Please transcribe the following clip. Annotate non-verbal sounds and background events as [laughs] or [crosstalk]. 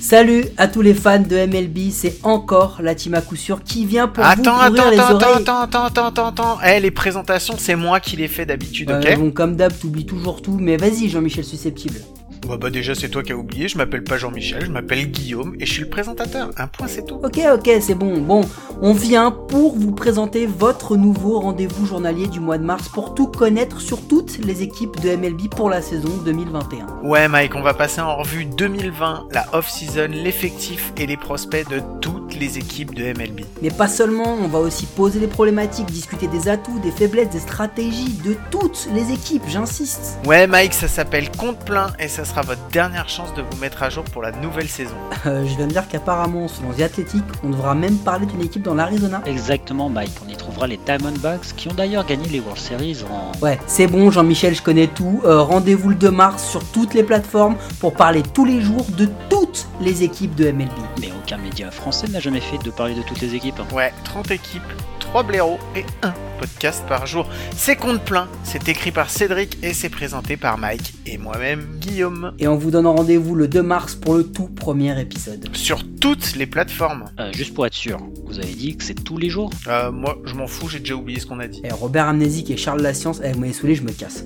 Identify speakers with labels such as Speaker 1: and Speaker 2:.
Speaker 1: Salut à tous les fans de MLB, c'est encore la team à coup sûr qui vient pour
Speaker 2: Attends,
Speaker 1: vous courir
Speaker 2: attends,
Speaker 1: les
Speaker 2: attends,
Speaker 1: oreilles.
Speaker 2: attends, attends, attends, attends, attends. Eh, les présentations, c'est moi qui les fais d'habitude,
Speaker 1: Ouais,
Speaker 2: ok
Speaker 1: mais Bon, Euh, comme d'hab, t'oublies toujours tout, mais vas-y, Jean-Michel Susceptible.
Speaker 2: Bah, bah, déjà, c'est toi qui as oublié. Je m'appelle pas Jean-Michel, je m'appelle Guillaume et je suis le présentateur. Un point, c'est tout.
Speaker 1: Ok, ok, c'est bon. Bon, on vient pour vous présenter votre nouveau rendez-vous journalier du mois de mars pour tout connaître sur toutes les équipes de MLB pour la saison 2021.
Speaker 2: Ouais, Mike, on va passer en revue 2020, la off-season, l'effectif et les prospects de toutes les équipes de MLB.
Speaker 1: Mais pas seulement, on va aussi poser les problématiques, discuter des atouts, des faiblesses, des stratégies de toutes les équipes, j'insiste. [laughs]
Speaker 2: Ouais, Mike, ça s'appelle Compte Plein et ça sera votre dernière chance de vous mettre à jour pour la nouvelle saison.
Speaker 1: Euh, je viens de dire qu'apparemment, selon The Athletic, on devra même parler d'une équipe dans l'Arizona.
Speaker 3: Exactement, Mike. On y trouvera les Diamondbacks qui ont d'ailleurs gagné les World Series en.
Speaker 1: Ouais, c'est bon Jean-Michel, je connais tout. Euh, Rendez-vous le 2 mars sur toutes les plateformes pour parler tous les jours de toutes les équipes de MLB.
Speaker 3: Mais aucun média français n'a jamais fait de parler de toutes les équipes. hein.
Speaker 2: Ouais, 30 équipes, 3 blaireaux et 1 podcast par jour. C'est Compte Plein, c'est écrit par Cédric et c'est présenté par Mike et moi-même, Guillaume.
Speaker 1: Et on vous donne rendez-vous le 2 mars pour le tout premier épisode.
Speaker 2: Sur toutes les plateformes.
Speaker 3: Euh, juste pour être sûr, vous avez dit que c'est tous les jours
Speaker 2: Euh, moi, je m'en fous, j'ai déjà oublié ce qu'on a dit.
Speaker 1: Et Robert Amnésique et Charles La Science, eh, vous m'avez saoulé, je me casse.